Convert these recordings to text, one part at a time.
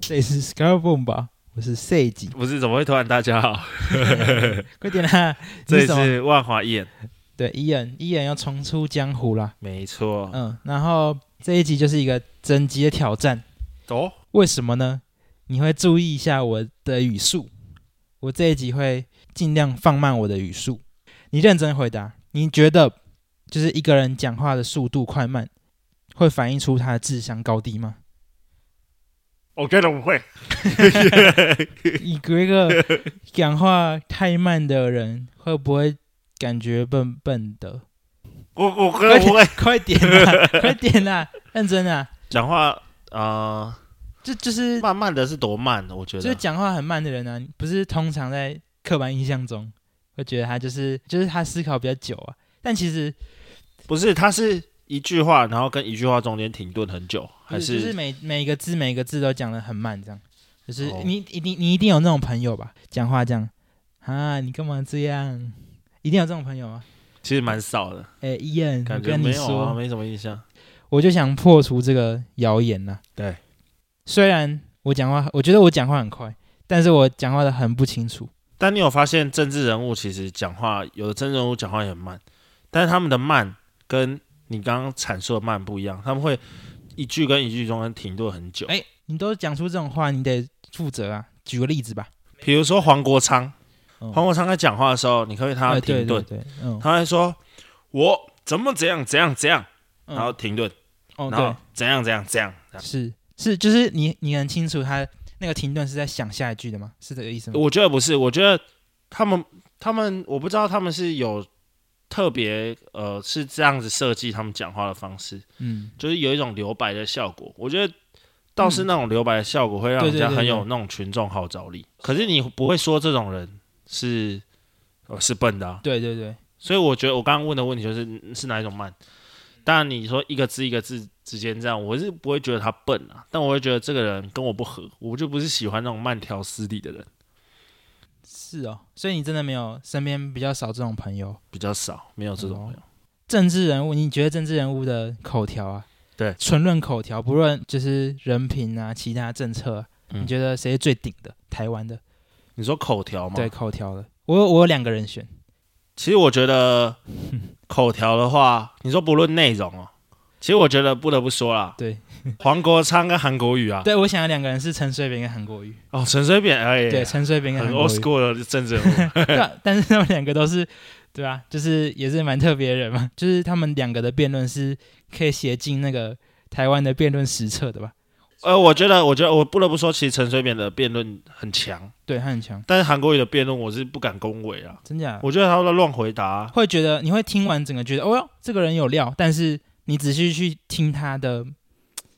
这是 Scarboom 吧？我是 Sage，不是怎么会突然大家 好？快点啦！这你里什么？是万华宴，对，伊人伊人要重出江湖啦。没错。嗯，然后这一集就是一个整集的挑战，哦，为什么呢？你会注意一下我的语速，我这一集会尽量放慢我的语速。你认真回答，你觉得就是一个人讲话的速度快慢，会反映出他的智商高低吗？ 我觉得不会。你一个讲话太慢的人，会不会感觉笨笨的？我我觉得不会。快点 啦，快点啦，认真啊！讲话呃，就就是慢慢的是多慢？我觉就是得讲话很慢的人呢、不是通常在刻板印象中会觉得他就是就是他思考比较久啊，但其实不是，它是一句话，然后跟一句话中间停顿很久，还不是就是是每每个字每个字都讲的很慢，这样就是哦你一定你一定有那种朋友吧，讲话这样啊，你干嘛这样？一定有这种朋友吗？其实蛮少的，哎、伊恩，我感觉跟没你有说，啊，没什么印象。我就想破除这个谣言呐、对，虽然我讲话，我觉得我讲话很快，但是我讲话的很不清楚。但你有发现政治人物其实讲话，有的政治人物讲话也很慢，但是他们的慢跟你刚刚阐述的慢不一样，他们会一句跟一句中间停顿很久。哎你都讲出这种话，你得负责啊。举个例子吧，比如说黄国昌，嗯黄国昌在讲话的时候，你可以看哎他对停对顿，对，嗯，他会说“我怎么怎样怎样怎样”，嗯然后停顿，哦然后对，怎样怎样怎样，这样是是，就是你你很清楚他那个停顿是在想下一句的吗？是这个意思吗？我觉得不是，我觉得他们他们我不知道他们是有特别呃是这样子设计他们讲话的方式，嗯，就是有一种留白的效果。我觉得倒是那种留白的效果会让对人对家对嗯很对有那种群众号召力。可是你不会说这种人是呃是笨的、啊，对对对，所以我觉得我刚刚问的问题就是嗯是哪一种慢。当然你说一个字一个字之间这样，我是不会觉得他笨啊，但我会觉得这个人跟我不合，我就不是喜欢那种慢条斯理的人，是哦。所以你真的没有身边比较少这种朋友，比较少，没有这种哦朋友。政治人物，你觉得政治人物的口条啊？对纯论口条，不论就是人品啊，其他政策啊、嗯你觉得谁是最顶的？台湾的，你说口条吗？对，口条的，我有我有两个人选，其实我觉得口条的话，你说不论内容哦，其实我觉得不得不说啦，对，黄国昌跟韩国瑜啊，对我想的两个人是陈水扁跟韩国瑜，哦，陈水扁，哎，对，陈水扁跟很韩国 old 瑜， school 的政治人物， 对啊、但是他们两个都是，对吧、就是也是蛮特别的人嘛， 就是他们两个的辩论是可以写进那个台湾的辩论史册的吧？呃，我觉得，我觉得我不得不说，其实陈水扁的辩论很强，对，他很强，但是韩国瑜的辩论我是不敢恭维啊，真假的？我觉得他在乱回答啊、会觉得你会听完整个觉得，哦哟，这个人有料，但是你仔细去听他的嘖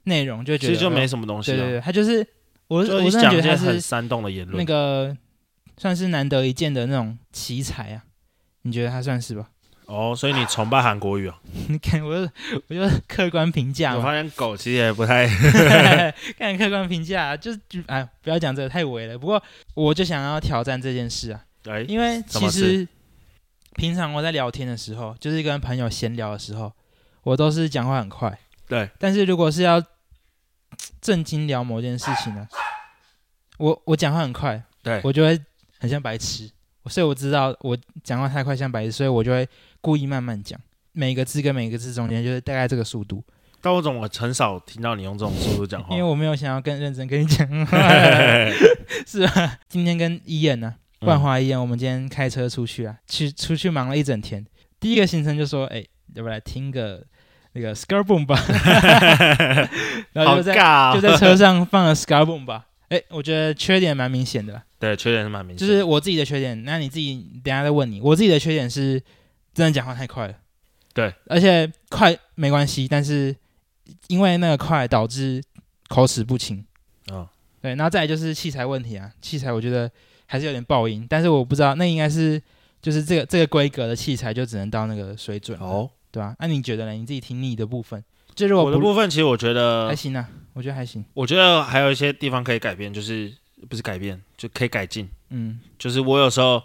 内容，就会其觉得实就没哦什么东西对啊，对对，他就是我就是我你真的讲觉一得些他很是煽动的言论，那个算是难得一见的那种奇才啊，你觉得他算是吧？ 哦，所以你崇拜韩国瑜啊？你看我就我就客观评价我 嘛，发现狗其实也不太，看客观评价、啊，就是哎不要讲这个太伪了，不过我就想要挑战这件事啊，哎，因为什其么实平常我在聊天的时候，就是跟朋友闲聊的时候，我都是讲话很快。对。但是如果是要正经聊某件事情呢，我我讲话很快，对我就会很像白痴。所以我知道我讲话太快像白痴，所以我就会故意慢慢讲，每个字跟每个字中间就是大概这个速度，但我总我很少听到你用这种速度讲话因为。我没有想要更认真跟你讲话， 是吧？今天跟伊恩呢、嗯万华医院，我们今天开车出去啊，去出去忙了一整天。第一个行程就说，哎、要不要来听个那个 Scarboom 吧？然后好就在、尬、哦，就在车上放了 Scarboom 吧。哎、我觉得缺点蛮明显的啦，对，缺点是蛮明就显。是我自己的缺点。那你自己等一下再问你，我自己的缺点是真的讲话太快了。对，而且快没关系，但是因为那个快导致口齿不清。嗯对，然后再来就是器材问题啊，器材我觉得还是有点爆音，但是我不知道那应该是就是这个这个规格的器材就只能到那个水准了，哦，对吧、那、你觉得呢？你自己听你的部分，就如我果的不部分其实我觉还得，行啊，我觉得还行，我觉得还有一些地方可以改变，就是不是改变，就可以改进。嗯，就是我有时候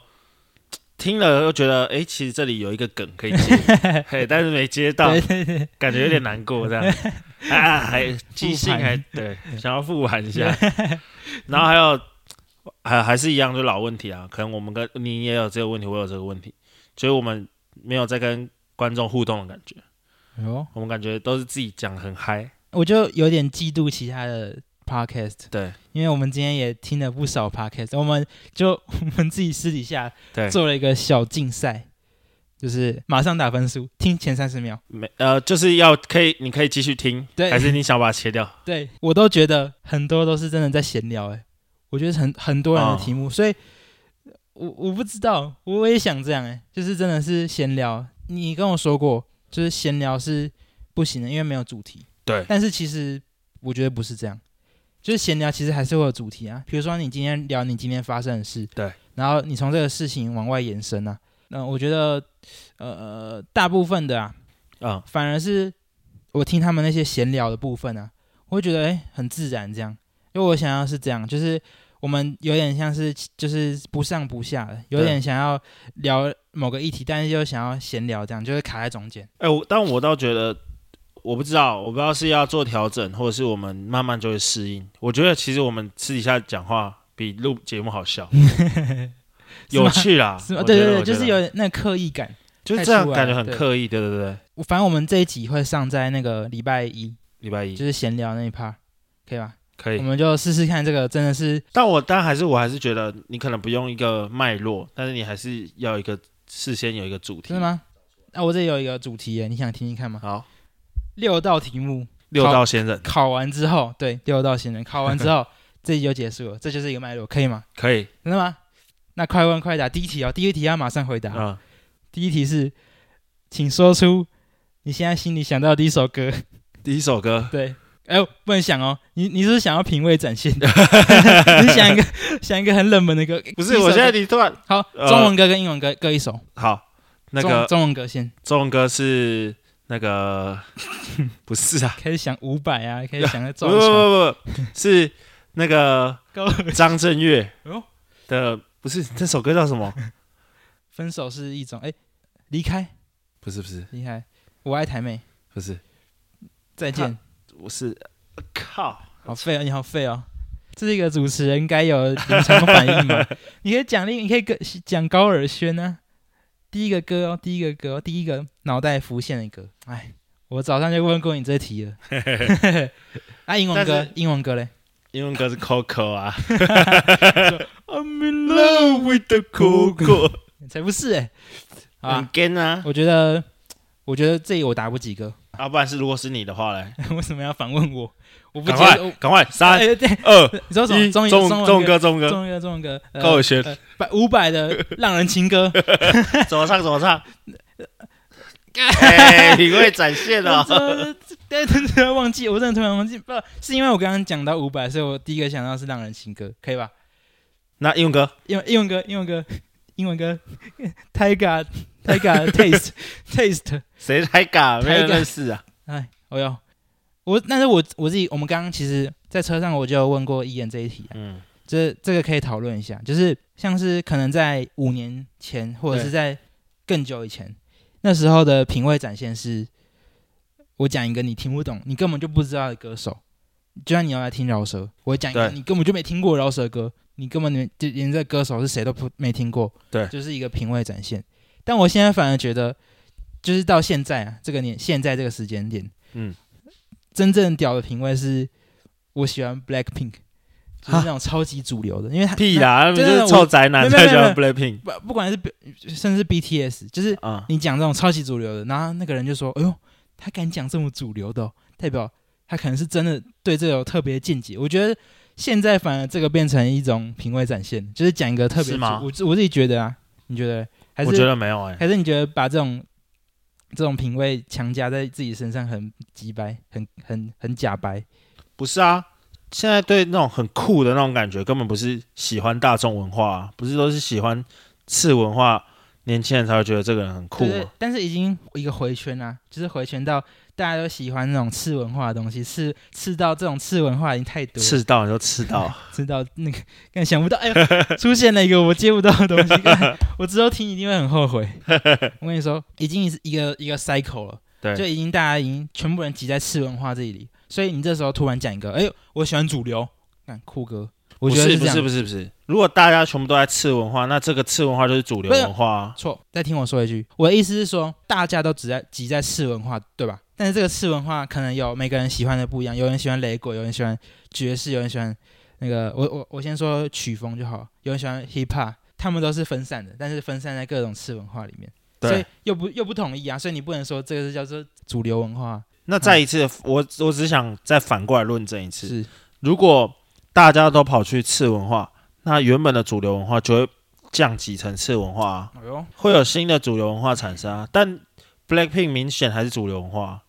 听了又觉得，哎、其实这里有一个梗可以 接，嘿，但是没接到，对对对，感觉有点难过这样。啊， 还即兴还对，想要复盘一下，然后还有还还是一样，就老问题啊，可能我们跟你也有这个问题，我有这个问题，所以我们没有在跟观众互动的感觉，哦，我们感觉都是自己讲很嗨，我就有点嫉妒其他的 podcast，对因为我们今天也听了不少 podcast，我们就 我们自己私底下对，做了一个小竞赛，就是马上打分数，听前三十秒。没呃就是要可以，你可以继续听，对还是你想把它切掉？对我都觉得很多都是真的在闲聊、欸，哎，我觉得很很多啊人的题目，所以我我不知道，我也想这样、欸，哎，就是真的是闲聊。你跟我说过，就是闲聊是不行的，因为没有主题。对但是其实我觉得不是这样，就是闲聊其实还是会有主题啊。比如说你今天聊你今天发生的事，对，然后你从这个事情往外延伸啊。那我觉得，呃，大部分的啊，嗯，反而是我听他们那些闲聊的部分啊，我会觉得哎、诶很自然这样，因为我想要是这样，就是我们有点像是就是不上不下的，有点想要聊某个议题，但是又想要闲聊这样，就会卡在中间。哎、我但我倒觉得，我不知道，我不知道是要做调整，或者是我们慢慢就会适应。我觉得其实我们私底下讲话比录节目 好笑，有趣啦。是吗？我对觉对得对，我就觉得是有点那个刻意感。就是这样太出来感觉了很对刻意，对对对，我反正我们这一集会上在那个礼拜一，礼拜一就是闲聊那一 part，可以吧？可我以。们就试试看这个，真的是但我但还是我还是觉得你可能不用一个脉络，但是你还是要一个事先有一个主题真的。吗？那、我这里有一个主题耶，你想听听看吗？好，六道题目，六道仙人考完之后，对，六道行人考完之 后，这一集就结束了，这就是一个脉络，可以吗？可以真的吗？那快问快答，第一题哦，第一题要马上回答。啊、第一题是，请说出你现在心里想到的第一首 歌。第一首歌，对，哎、不能想哦，你你是不是想要品味展 现，你想一个想一个很冷门的歌，第不是，一首歌我现在你突然好，呃中文歌跟英文歌各一首，好那中个中文歌先，中文歌是那 个不是啊，可以想伍佰 啊，可以想不赵不传，不不，是那个高尔张震岳哦的，不是这首歌 叫什么？分手是一种哎，离开不是不是离开，我爱台妹，不是，再见。我是呃靠，好废哦，你好废哦！这是一个主持人该有的临场反应 嘛？你可以奖励，你可以跟讲高尔宣啊。第一个歌哦，第一个歌哦，第一个脑袋浮现的歌。哎，我早上就问过你这题 了。 啊，英文但歌是，英文歌嘞英文歌是 Coco 啊 ？I'm in ，Love with the Coco，才不是哎、好很啊，跟啊。 我觉得，我觉得这里我答不及格。 要不然是如果是你的话嘞，为什么要反问我？我不赶接受。快赶快，三哎，对，二你说什么？一，中中文中中文歌，歌中中歌，文歌，中文歌。呃高尔宣呃百五百的《浪人情 歌》。怎么唱怎 么唱？哎，你会展现我哦。这但是突然忘记，我真的突然忘记，不是因为我刚刚讲到五百，所以我第一个想到是《浪人情歌》，可以吧？那英文歌英文英文歌，英文歌，英文歌，Tiger Tiger Taste Taste，谁来嘎？没人认识啊。哎，我要我，但是我我自己，我们刚刚其实在车上我就有问过一言这一题、啊， 嗯，这这个可以讨论一下，就是像是可能在五年前，或者是对在更久以前，那时候的品味展现是，我讲一个你听不懂，你根本就不知道的歌手，就像你要来听饶舌，我讲一个对你根本就没听过饶舌歌，你根本连就连这歌手是谁都不没听过，对就是一个品味展现。但我现在反而觉得，就是到现在啊，这个年现在这个时间点，嗯，真正屌的品味是，我喜欢 Black Pink，就是哈那种超级主流的，因为他屁，啦，你真就的是臭宅男啊我才喜欢没 Blackpink 那不不管是甚至是 BTS，就是啊。你讲这种超级主流的，然后那个人就说，哎呦，他敢讲这么主流的哦、代表他可能是真的对这有特别见解。我觉得现在反而这个变成一种品味展现，就是讲一个特别是吗主我自我自己觉得啊，你觉得嘞？还是我觉得没有 哎，还是你觉得把这种这种品味强加在自己身上很鸡掰，很很很假掰？不是啊，现在对那种很酷的那种感觉，根本不是喜欢大众文化、啊，不是都是喜欢次文化，年轻人才会觉得这个人很酷、对对啊。啊但是已经一个回圈啦、就是回圈到大家都喜欢那种次文化的东西，次次到这种次文化已经太多了，吃到你就 吃到，知道那个，但想不到，哎呦， 出现了一个我接不到的东西， 干我之后听一定会很后悔。我跟你说，已经是一个一个 cycle 了，对就已经大家已经全部人挤在次文化这里，所以你这时候突然讲一个，哎呦，我喜欢主流，看酷哥，我觉得不是不这样是不是不是，如果大家全部都在次文化，那这个次文化就是主流不是文化啊。错。再听我说一句，我的意思是说，大家都只在挤在次文化，对吧？但是这个次文化可能有每个人喜欢的不一样，有人喜欢雷鬼，有人喜欢爵士，有人喜欢那个我我我先说曲风就好，有人喜欢 hip hop，他们都是分散的，但是分散在各种次文化里面，所以对，又不又不统一啊，所以你不能说这个是叫做主流文化，那再一次，我我只想再反过来论证一次，是如果大家都跑去次文化，那原本的主流文化就会降级成次文化、啊，哎呦，会有新的主流文化产生啊。但 Blackpink 明显还是主流文化啊，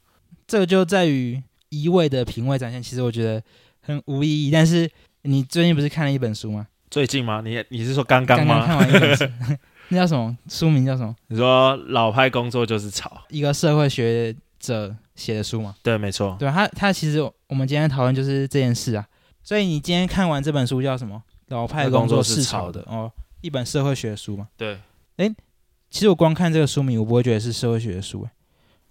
这个就在于一味的品味展现，其实我觉得很无意义。但是你最近不是看了一本书吗？最近吗？你你是说刚刚刚刚吗？看完一本书，那叫什么？书名叫什么？你说老派工作就是吵，一个社会学者写的书嘛，对，没错，对吧？啊他他其实我们今天讨论就是这件事啊。所以你今天看完这本书叫什么？老派工作是吵的工哦，一本社会学的书嘛。对，其实我光看这个书名，我不会觉得是社会学的书，欸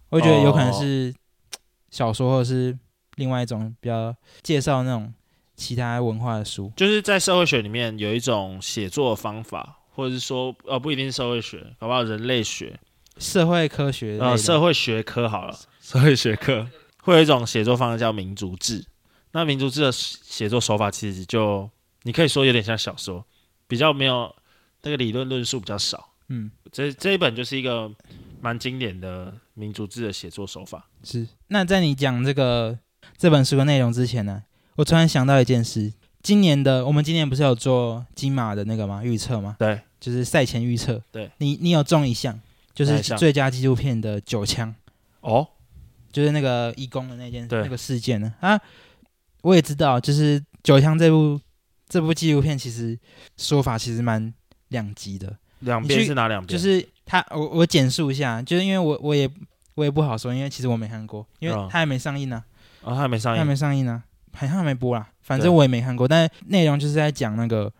我会觉得有可能是哦小说或者是另外一种比较介绍那种其他文化的书。就是在社会学里面有一种写作方法，或者是说呃不一定是社会学，搞不好人类学，社会科学类的呃社会学科好了，社会学科会有一种写作方式叫民族志。那民族志的写作手法其实就你可以说有点像小说，比较没有那个理论论述比较少。嗯这这一本就是一个蛮经典的民族志的写作手法。是。那在你讲这个这本书的内容之前呢，我突然想到一件事，今年的我们今年不是有做金马的那个吗？预测吗？对，就是赛前预测。对，你你有中一项，就是哪一项最佳纪录片的九枪，哦，就是那个义工的那件对那个事件呢啊，我也知道，就是九枪这部这部纪录片其实说法其实蛮两极的，两你边去是哪两边？就是他，我我简述一下，就是因为我我也我也不好说，因为其实我没看过，因为嗯它还没上映呢、哦，他还没上还映。没上映呢、好像还没播啦。反对正我也没看过，但内容就是在讲那个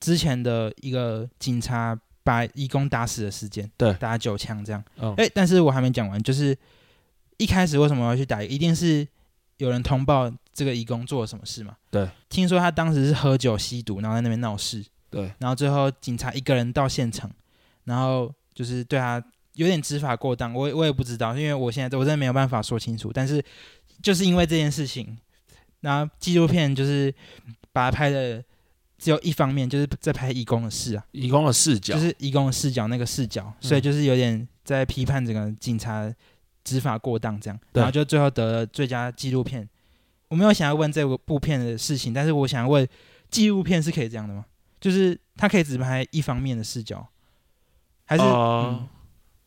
之前的一个警察把义工打死的事件，对打九枪这样。嗯哎、但是我还没讲完，就是一开始为什么要去打，一定是有人通报这个义工做了什么事嘛？对，听说他当时是喝酒吸毒，然后在那边闹事，对，然后最后警察一个人到现场，然后就是对他有点执法过当，我也我也不知道，因为我现在我真的没有办法说清楚。但是就是因为这件事情，然后纪录片就是把它拍的只有一方面，就是在拍义工的事啊，移工的视角，嗯就是义工的视角那个视角，所以就是有点在批判整个警察执法过当这样，对然后就最后得了最佳纪录片。我没有想要问这部片的事情，但是我想要问，纪录片是可以这样的吗？就是它可以只拍一方面的视角，还是、呃嗯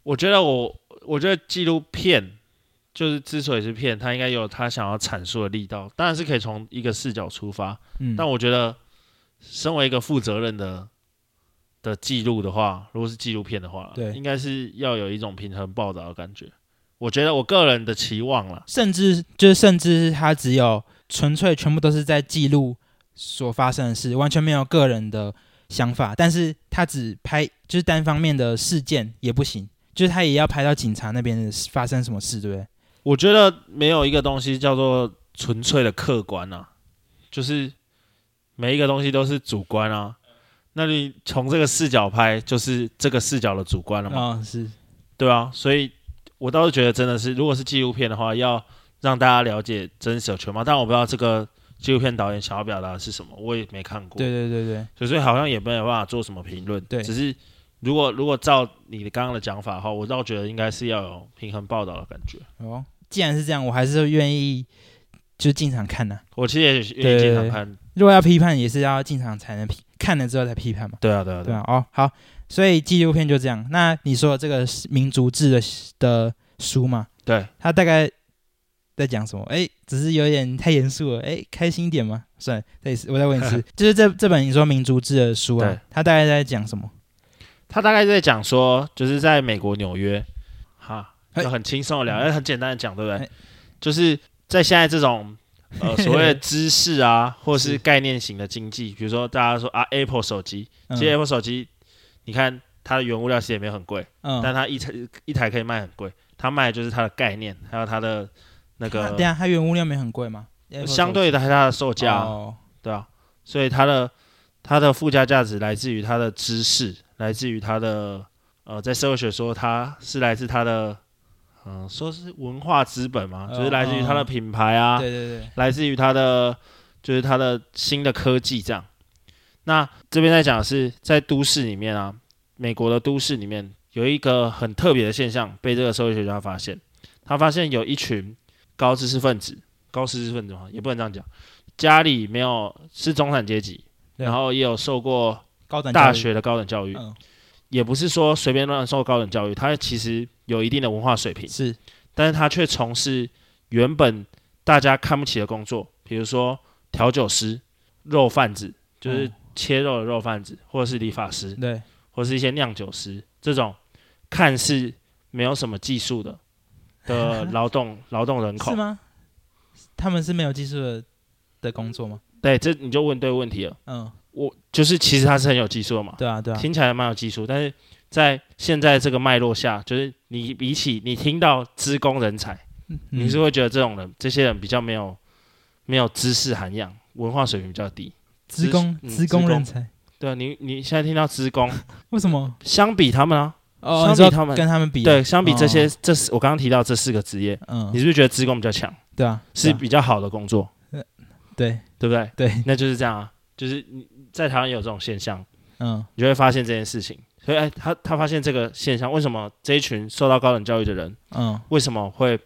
我觉得我我觉得纪录片就是之所以是片，它应该有它想要阐述的力道，当然是可以从一个视角出发。嗯但我觉得，身为一个负责任的的记录的话，如果是纪录片的话，对应该是要有一种平衡报道的感觉。我觉得我个人的期望啦，甚至就是甚至他只有纯粹全部都是在记录所发生的事，完全没有个人的想法，但是他只拍就是单方面的事件也不行，就是他也要拍到警察那边的发生什么事，对不对？我觉得没有一个东西叫做纯粹的客观啊，就是每一个东西都是主观啊。那你从这个视角拍，就是这个视角的主观了嘛？哦，是对啊，所以我倒是觉得真的是，如果是纪录片的话，要让大家了解真实的全貌。但我不知道这个纪录片导演想要表达的是什么，我也没看过，对对对对，所以所以好像也没有办法做什么评论。对只是如果如果照你刚刚的讲法的话，我倒觉得应该是要有平衡报道的感觉。哦，既然是这样，我还是愿意就进场看的、我其实也愿意经常看，如果要批判，也是要进场才能批，看了之后才批判嘛。对啊，对啊，对对啊。啊，哦，好，所以纪录片就这样。那你说的这个民族志的的书嘛，对，他大概在讲什么？哎，只是有点太严肃了。哎，开心一点嘛，算了，再一次我再问一 次，就是这这本你说民族志的书对啊，它大概在讲什么？他大概在讲说，就是在美国纽约，哈，嘿就很轻松的聊，哎很简单的讲，对不对嘿？就是在现在这种呃所谓的知识啊，或是是概念型的经济，比如说大家说啊 Apple 手机，嗯其实 Apple 手机，你看它的原物料其实也没有很贵，嗯，但它一台一台可以卖很贵，它卖的就是它的概念，还有它的那它个等一下它原物料没很贵吗？相对的还有它的售价啊，哦，对啊，所以它的它的附加价值来自于它的知识，来自于它的呃，在社会学说它是来自它的嗯、说是文化资本嘛，哦就是来自于它的品牌啊，对对对，来自于它的就是它的新的科技这样。那这边在讲的是在都市里面啊，美国的都市里面有一个很特别的现象，被这个社会学家发现，他发现有一群高知识分子，高知识分子嘛，也不能这样讲，家里没有是中产阶级，对然后也有受过高等教育大，学的高等教育，嗯，也不是说随便乱受高等教育，他其实有一定的文化水平，是但是他却从事原本大家看不起的工作，比如说调酒师、肉贩子，就是嗯切肉的肉贩子，或者是理发师，对，或是一些酿酒师这种看似没有什么技术的 的劳动劳动人口是。吗？他们是没有技术的的工作吗？对，这你就问对问题了。嗯，我就是其实他是很有技术的嘛，对啊对啊，听起来蛮有技术，但是在现在这个脉络下，就是你比起你听到职工人才。嗯你是会觉得这种人，这些人比较没有没有知识涵养，文化水平比较低。职工嗯职职工工人才，对啊，你你现在听到职工， 为什么？相比他们啊，哦，相你说比他们跟他们比，对，相比这些、哦这四我刚刚提到这四个职业，嗯你，是不是觉得职工比较强，对啊，是对啊比较好的工作，对对不对？对，那就是这样啊，就是你在台湾也有这种现象，嗯你就会发现这件事情。所以，哎，他他发现这个现象，为什么这一群受到高等教育的人，嗯为什么会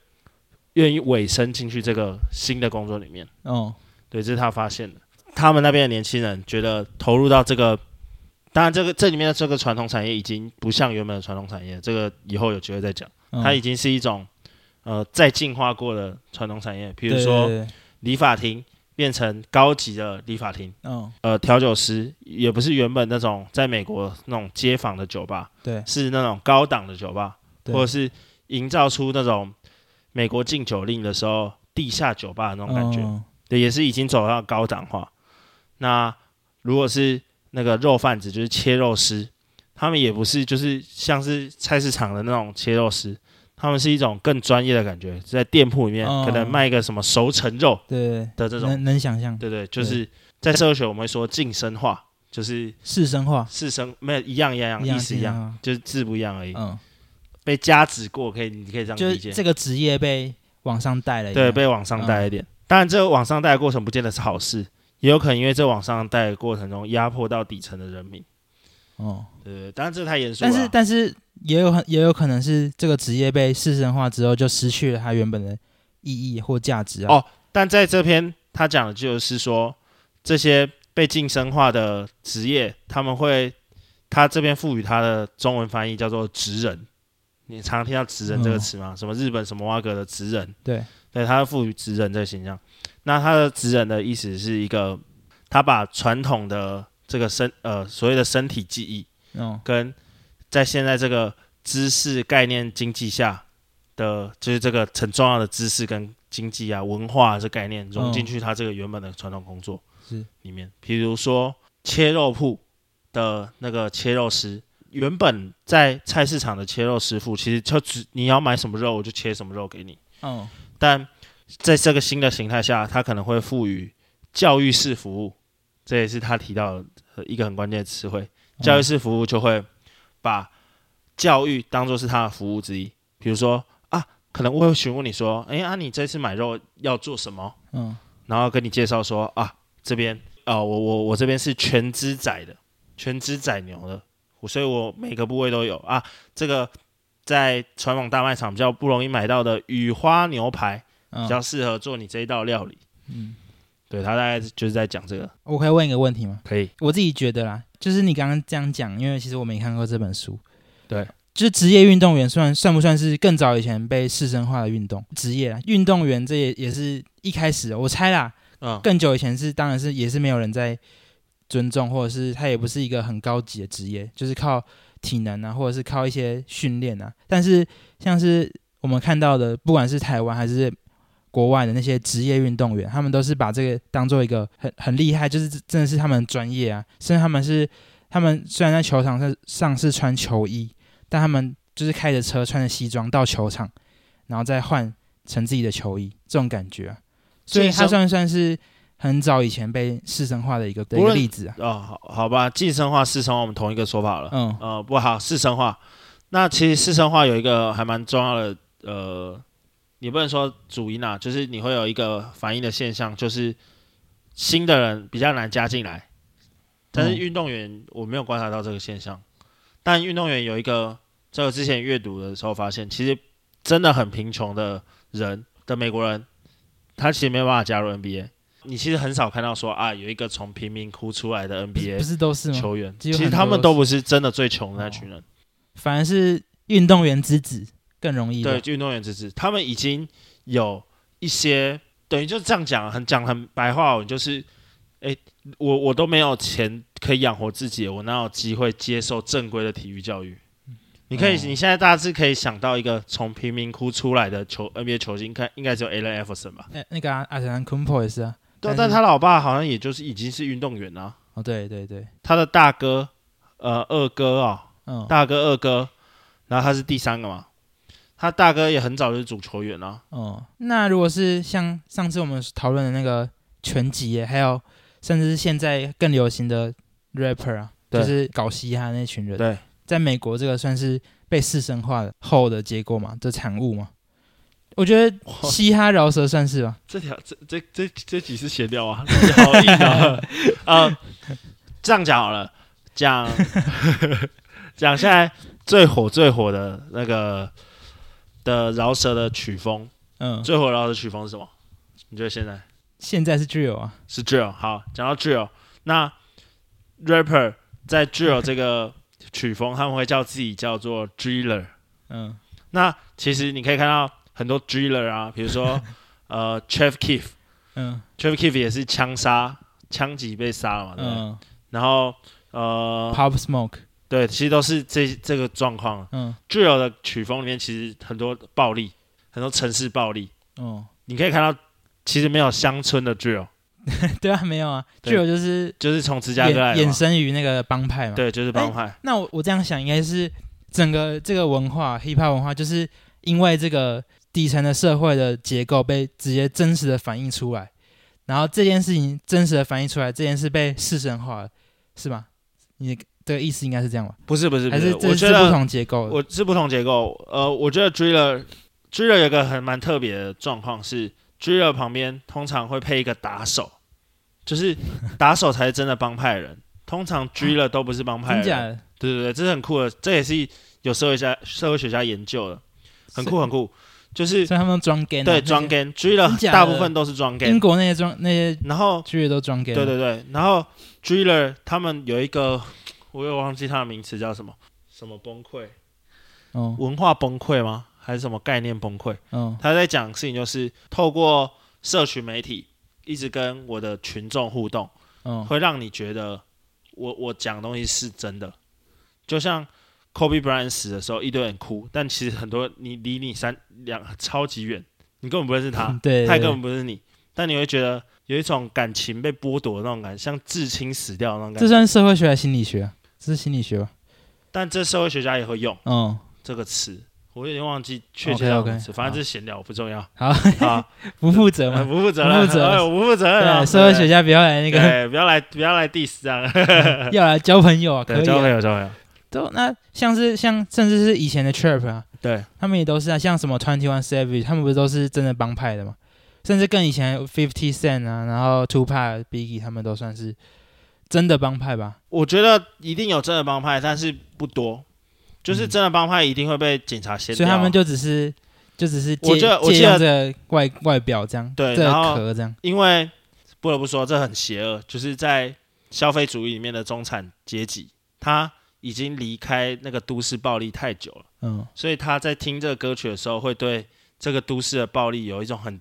愿意委身进去这个新的工作里面？哦，对，这是他发现的。他们那边的年轻人觉得投入到这个，当然这个这里面的这个传统产业已经不像原本的传统产业，这个以后有机会再讲。嗯它已经是一种呃再进化过的传统产业，比如对说对对对理发厅变成高级的理发厅，嗯呃，调酒师也不是原本那种在美国那种街坊的酒吧，对，是那种高档的酒吧，对或者是营造出那种美国禁酒令的时候地下酒吧的那种感觉。嗯对，也是已经走到高档化。那如果是那个肉贩子，就是切肉师，他们也不是就是像是菜市场的那种切肉师，他们是一种更专业的感觉，在店铺里面哦可能卖个什么熟成肉对的这对，种，能能想象，对对，就是在社会学我们会说近生化，就是是生化是生没有一样一样意思一样，，就是字不一样而已，嗯，被加值过，可以你可以这样就理是解，这个职业被往上带了一对，样，被往上带一点。当然，这个往上带的过程不见得是好事，也有可能因为这往上带的过程中压迫到底层的人民。哦，对，当然这太严肃了但啊。是但是也有很也有可能是这个职业被市生化之后，就失去了它原本的意义或价值啊。哦但在这篇他讲的就是说，这些被晋升化的职业，他们会，他这边赋予他的中文翻译叫做“职人”。你常常听到“职人”这个词嗯吗？什么日本什么蛙哥的职人，对，对，他赋予职人这个形象。那他的职人的意思是一个，他把传统的这个身呃所谓的身体记忆，嗯跟在现在这个知识概念经济下的，就是这个很重要的知识跟经济啊、文化、这概念融进去他这个原本的传统工作是里面。比如说切肉铺的那个切肉师，原本在菜市场的切肉师傅，其实就只你要买什么肉，我就切什么肉给你。嗯但在这个新的形态下，他可能会赋予教育式服务，这也是他提到的呃一个很关键的词汇。教育式服务就会把教育当做是他的服务之一。比如说啊，可能我会询问你说，哎、啊，你这次买肉要做什么？嗯然后跟你介绍说啊，这边啊，我我我这边是全脂宰的，全脂宰牛的，我所以我每个部位都有啊。这个在传统大卖场比较不容易买到的雨花牛排，比较嗯适合做你这一道料理。嗯，对他大概就是在讲这个，我可以问一个问题吗？可以，我自己觉得啦，就是你刚刚这样讲，因为其实我没看过这本书。对，就是职业运动员算算不算是更早以前被市生化的运动职业啦？运动员这也也是一开始我猜啦，嗯，更久以前是当然是也是没有人在尊重，或者是他也不是一个很高级的职业，就是靠体能啊，或者是靠一些训练啊。但是像是我们看到的，不管是台湾还是国外的那些职业运动员，他们都是把这个当做一个很很厉害，就是真的是他们很专业啊，甚至他们是他们虽然在球场上上是穿球衣，但他们就是开着车穿着西装到球场，然后再换成自己的球衣，这种感觉啊、所以晋升他算算是很早以前被市生化的一个的一不个论例子啊。哦，好好吧，晋升化、四生化，我们同一个说法了。嗯呃，不好，四生化。那其实四生化有一个还蛮重要的，呃，你不能说主因啊，就是你会有一个反应的现象，就是新的人比较难加进来，但是嗯运动员我没有观察到这个现象。但运动员有一个，这个之前阅读的时候发现，其实真的很贫穷的人的美国人，他其实没有办法加入 NBA。你其实很少看到说啊，有一个从贫民窟出来的不是不 NBA 是都是吗？球员，几乎其实很多他们都都是哦不是真的最穷的那群人。反而是运动员之子更容易吧。对，运动员资质，他们已经有一些等于就这样讲，很讲很白话文，就是，哎、我我都没有钱可以养活自己，我哪有机会接受正规的体育教育？你可以，哦你现在大致可以想到一个从贫民窟出来的球 NBA 球星，看应该只有 Allen Iverson 吧？哎，那个啊阿兰昆珀也是啊。对啊，但但是他老爸好像也就是已经是运动员啊，哦，对对对，他的大哥，呃，二哥啊、嗯，大哥、二哥，然后他是第三个嘛，他大哥也很早就是足球员啊，哦，那如果是像上次我们讨论的那个拳击耶，还有甚至是现在更流行的 rapper 啊，对就是搞嘻哈那群人，对，在美国这个算是被市生化后的结果嘛，的产物嘛。我觉 得哇嘻哈饶舌算是吧，这条这这这这几次闲聊 啊，好硬 啊！呃，这样讲好了，讲 讲现在最火最火的那个的饶舌的曲风，嗯，最火饶舌的曲风是什么？你觉得现在现在是 drill 啊，是 drill？好，讲到 drill，那 rapper 在 drill 这个曲风，他们会叫自己叫做 driller。嗯那其实你可以看到很多 driller 啊，比如 说呃 Chef Keef，嗯 Travis Kiff 也是枪杀，枪击被杀了嘛，对不对。嗯然后呃， ，pop smoke，对，其实都是这这个状况。嗯 drill 的曲风里面其实很多暴力，很多城市暴力，哦， 你可以看到，其实没有乡村的 drill，对啊，没有啊对，drill 就是就是从芝加哥来衍的衍嘛，生于那个帮派嘛，对，就是帮派，那我我这样想，应该是整个这个文化 hiphop 文化，就是因为这个底层的社会的结构被直接真实的反映出来，然后这件事情真实的反映出来，这件事被市神化了，是吗？你这个意思应该是这样吧？不是不是不还是我这是觉不得同结构的？我是不同结构，呃，我觉得 driller driller 有一个很蛮特别的状况是，driller 旁边通常会配一个打手， 就是打手才是真的帮派人。通常 driller 都不是帮派真人，假的？对对对，这是很酷的，这也是有社会家社会学家研究的，很酷很酷。就是所以他们都装 gay 对装 g a n driller 真假的大部分都是装 g a 英 n 国那些装那些然后剧都装 gay，啊对对对，然后 driller 他们有一个，我又忘记他的名词叫什么，什么崩溃，哦文化崩溃吗？还是什么概念崩溃？哦他在讲的事情就是透过社群媒体一直跟我的群众互动，哦会让你觉得我我讲的东西是真的。就像 Kobe Bryant 死的时候，一堆人哭，但其实很多你离你三两超级远，你根本不认识他 嗯，对，他也对根本不是你，但你会觉得有一种感情被剥夺的那种感觉，像至亲死掉的那种这感觉。算是社会学还是心理学啊？这是心理学吧？但这社会学家也会用嗯，这个词，我有点忘记确切的 OK，OK，词，反正好这是闲聊不重要好， 啊。不负责呃嘛，不负责不任，负责哎我不负责任啊！对，社会学家不要来那那个。对，不要来，不要来 diss 这样。 要来交朋友啊，可对，以 交朋啊。友，交朋友。都那像是像甚至是以前的 Chirp 啊，对，他们也都是啊，像什么 Twenty One Savage，他们不是都是真的帮派的嘛？甚至更以前 Fifty Cent 啊，然后 Two Pac、Biggie 他们都算是真的帮派吧？我觉得一定有真的帮派，但是不多。就是嗯真的帮派一定会被警察先，所以他们就只是就只是借我记得我借记得用这个外外表这样，对这然后个壳这样，因为不得不说，这很邪恶，就是在消费主义里面的中产阶级，他已经离开那个都市暴力太久了，嗯所以他在听这个歌曲的时候，会对这个都市的暴力有一种很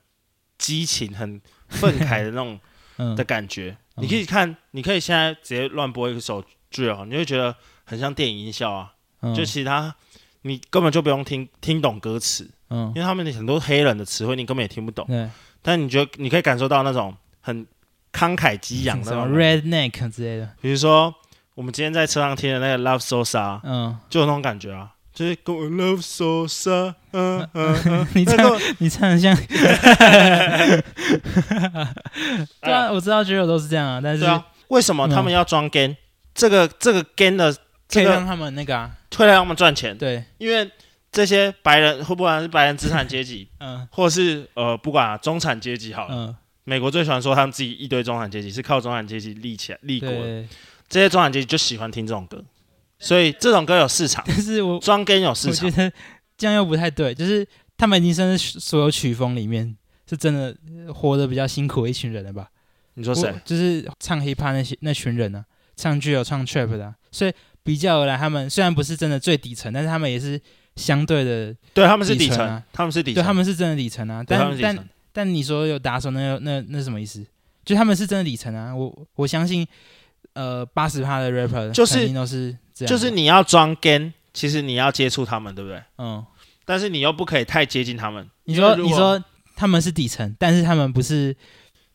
激情、很愤慨的那种嗯的，感觉。嗯你可以看，你可以现在直接乱播一首剧哦，你会觉得很像电影音效啊。嗯就其他你根本就不用听听懂歌词，嗯因，为他们很多黑人的词汇你根本也听不懂，对，但你觉得你可以感受到那种很慷慨激昂的什那么 种感觉， redneck 之类的，比如说我们今天在车上听的那个 Love So Sa， 嗯，就有那种感觉啊，就是跟我 Love So Sa，嗯嗯 嗯，你那唱个你唱的 像， 对啊，我知道 j o 都是这样啊，但是嗯对啊，为什么他们要装 gay？、这个这个 gay 的可这以个让他们那个啊，会让他们赚钱，对，因为这些白人，或不管是白人资产阶 级，嗯或是呃，不管、啊、中产阶级好了，嗯，美国最喜欢说他们自己一堆中产阶级是靠中产阶级立起来立国的，对，这些中产阶级就喜欢听这种歌，所以这种歌有市场，但是我装 gay 有我市觉场，得这样又不太对，就是他们已经算是所有曲风里面是真的呃活得比较辛苦的一群人了吧？你说谁我？就是唱 hiphop 那些那群人呢、啊，唱 j o 唱 trap 的啊、所以比较而来，他们虽然不是真的最底层，但是他们也是相对的，对，他们是底底层层啊，他们是底对，层，他们是真的底层啊。对他但们是底但层，但你说有打手那那那是什么意思？就他们是真的底层啊，我我相信，呃，八十趴的 rapper 就是肯定都是这样的，就是你要装 gay，其实你要接触他们，对不对？嗯，但是你又不可以太接近他们，你因为说如你果说他们是底层，但是他们不是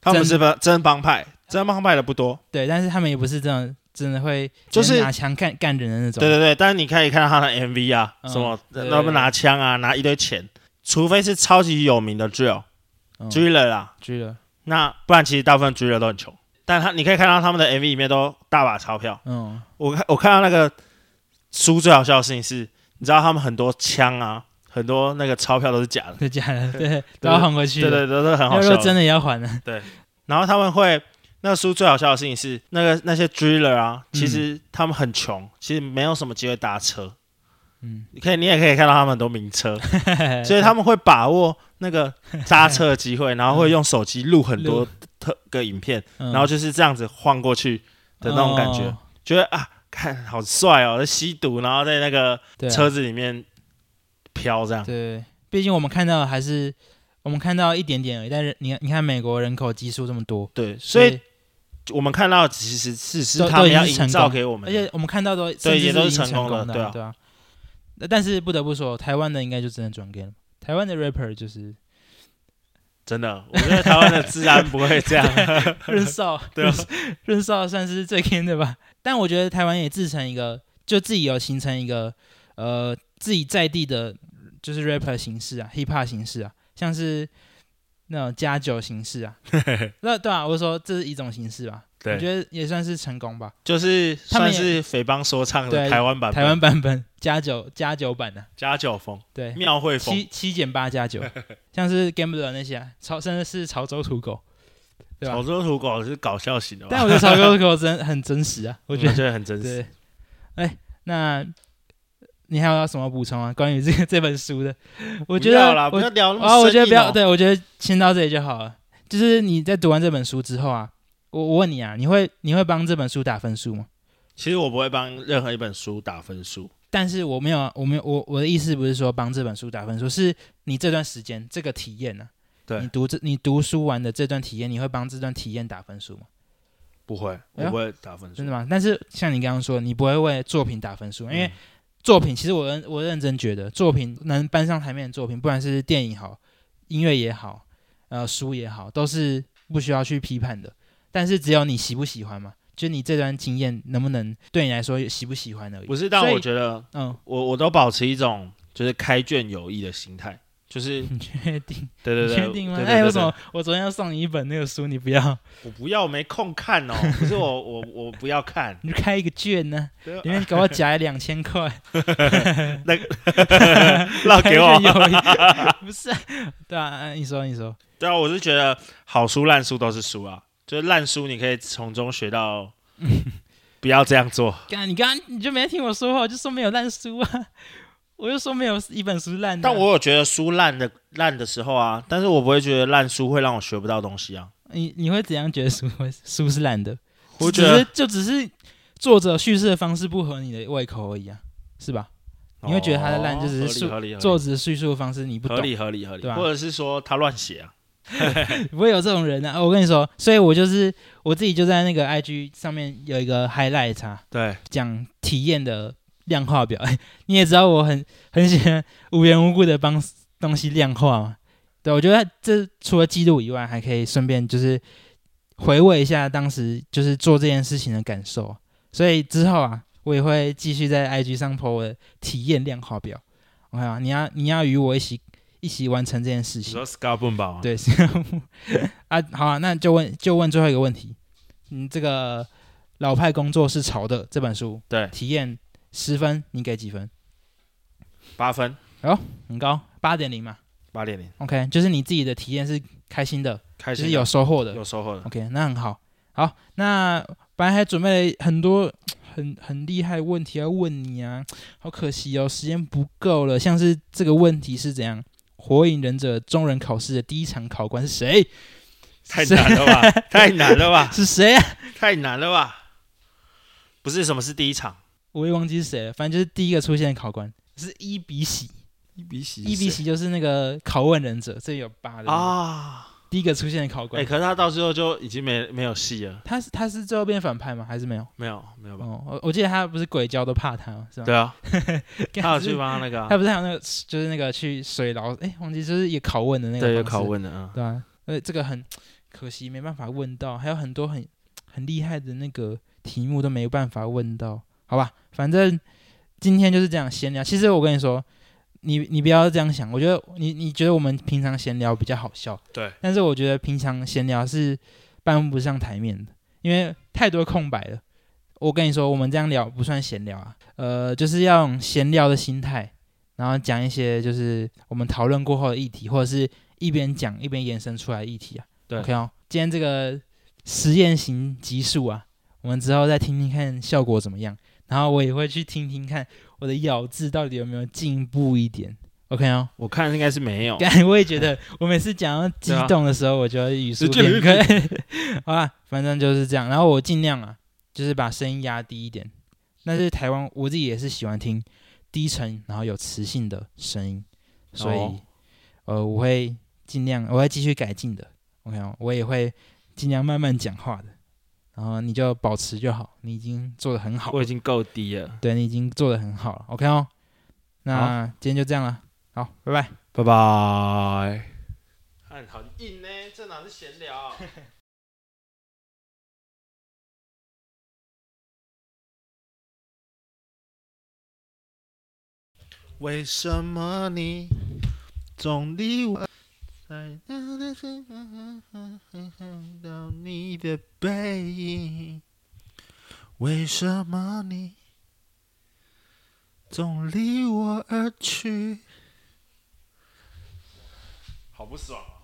他们真是帮真帮派，真帮派的不多。对，但是他们也不是这种真的会就是直接拿枪干干人的那种。对对对，但是你可以看到他的 MV 啊，嗯什么对那不拿枪啊，拿一堆钱，除非是超级有名的 drill 对 driller 啦，追了，那不然其实大部分 driller 都很穷。但他你可以看到他们的 MV 里面都大把钞票。嗯，我看我看到那个书最好笑的事情是，你知道他们很多枪啊，很多那个钞票都是假的，这假的，对， 都要还回去。对对，都是很好要笑说的。真的也要还 的。然后他们会，那个书最好笑的事情是，那个那些 driller 啊，嗯其实他们很穷，其实没有什么机会搭车。嗯，哎你可以，你也可以看到他们很多名 车，所以以他们会把握那个搭车的机会，然后会用手机录很嗯多特个影片，然然后就是这样子晃过去的那种感觉，哦觉得啊，看好帅哦，在吸毒，然后在那个对啊车子里面飘这样。 对，毕竟我们看到的还是我们看到一点点而已，但是你看你看美国人口基数这么多，对，所以我们看到其实是是他们要营造给我们而的，且我们看到都甚对至也都是是已经成功的，的对对啊啊。那但是不得不说，台湾的应该就真的转给了台湾的 rapper 就是真的，我觉得台湾的治安不会这样。润少， 对 啊，润少算是最 king 的吧。但我觉得台湾也自成一个，就自己有形成一个呃自己在地的，就是 rapper 形式啊，hiphop 形式啊，像是那种加酒形式 啊。那对啊，我说这是一种形式吧，我对，觉得也算是成功吧。 就是他们算也是匪帮说唱的对台湾版本，台湾版本加酒加酒版的、啊，加九风、对，庙会风七，七减八加 九，像是 Gambler 那些、啊，潮甚至是潮州土狗。对吧潮州土狗是搞笑型的吧，但我觉得潮州土狗真很真实啊，我我觉得觉得很真实。对，哎，那你还有什么补充啊？关于这个 这本书的，我觉不得要啦，不我要聊那么哦啊，我觉得不要，对对我觉得先到这里就好了。就是你在读完这本书之后啊，我我问你啊，你会你会帮这本书打分数吗？其实我不会帮任何一本书打分数，但是我没有啊，我没有，我我的意思不是说帮这本书打分数，是你这段时间这个体验呢、对你读这你读书完的这段体验，你会帮这段体验打分数吗？不会，哎我呀不会打分数真。的吗？但是像你刚刚说，你不会为作品打分数，因为嗯作品，其实我认我认真觉得，作品能搬上台面的作品，不管是电影好、音乐也好、呃书也好，都是不需要去批判的。但是只有你喜不喜欢嘛，就你这段经验能不能对你来说喜不喜欢而已不。是，但所以我觉得嗯， 我我都保持一种就是开卷有益的心态，就是你确定？对嗯对你对，确定吗对？对哎，对为什对么我昨天要送你一本那个书，你不要？ 我不要，我没空看哦，不是我我我不要 看，你就开一个卷呢、对啊里面给我夹两千 块，让啊给我开。卷有益 不是啊？对啊，你说你说，对啊，我是觉得好书烂书都是书啊，就是烂书你可以从中学 到，不要这样做。刚你刚刚你就没听我说话，我就说没有烂书啊，我就说没有一本书烂的啊。但我有觉得书烂的烂的时候啊，但是我不会觉得烂书会让我学不到东西啊。你你会怎样觉得书会书是烂的？我只觉得是就只是作者叙事的方式不合你的胃口而已啊，是吧？你会觉得它的烂就只是哦合理合理合作者叙述的方式你不理懂合，理合理合理，对啊或者是说他乱写啊。不会有这种人啊！我跟你说，所以我就是我自己就在那个 IG 上面有一个 highlight 啊，对讲体验的量化表。 你也知道我很很喜欢无缘无故的帮东西量化嘛。对，我觉得这除了记录以外，还可以顺便就是回味一下当时就是做这件事情的感受。所以之后啊，我也会继续在 IG 上 po 我的体验量化表。OK 啊，你要你要与我一起一起完成这件事你情。说 s c a r b o n 吧？，对，是啊，好啊，那就问就问最后一个问题，嗯，这个《老派工作是潮的》这本书，对体验十分，你给几分？八分，很高，八点零嘛。八点零， OK，就是你自己的体验是开心的，开就心是的有收获的。有收获的。 OK，那很好。好，那本来还准备了很多很很厉害的问题要问你啊，好可惜哦，时间不够了。像是这个问题是怎样？火影忍者中人考试的第一场考官是谁？太难 了吧？太难了吧？是谁啊？太难了吧？不是什么是第一场我也忘记是谁了，反正就是第一个出现的考官是伊比喜，一比喜伊比喜就是那个拷问忍者，这里有八的啊，啊？第一个出现的考哎、官。可是他到最后就已经没没有戏了，他是他是最后变反派吗？还是没有？没有没有吧？哦，我我记得他不是鬼教都怕他吗？是吧？对啊， 干，他可有是去帮他那个、他啊，不是还有那个，就是那个去水牢，哎，忘记就是也拷问的那个，对，有拷，问的啊。对啊，呃，这个很可惜，没办法问到，还有很多很很厉害的那个题目都没办法问到，好吧，反正今天就是这样闲聊。其实我跟你说，你你不要这样想，我觉得你你觉得我们平常闲聊比较好笑，对，但是我觉得平常闲聊是搬不上台面的，因为太多空白了。我跟你说，我们这样聊不算闲聊啊，呃，就是要用闲聊的心态，然后讲一些就是我们讨论过后的议题，或者是一边讲一边延伸出来的议题啊。对，OK 哦，今天这个实验型集数啊，我们之后再听听看效果怎么样，然后我也会去听听看我的咬字到底有没有进步一点，OK 哦。我看应该是没有。 干，我也觉得，我每次讲 到啊激动的时候，我就会语速变快。 好啦，反正就是这样。然后我尽量啊，就是把声音压低一点。但是台湾我自己也是喜欢听低沉然后有磁性的声音，所以、哦呃，我会尽量，我会继续改进的。OK，哦我也会尽量慢慢讲话的。然后你就保持就好，你已经做的很好我，已经够低了，对你已经做的很好了。OK 哦，那今天就这样了，好，拜拜。拜拜。看，哎很硬呢、这哪是闲聊、 为什么你总离我在那的身旁看到你的背影？为什么你总离我而去？好不爽啊！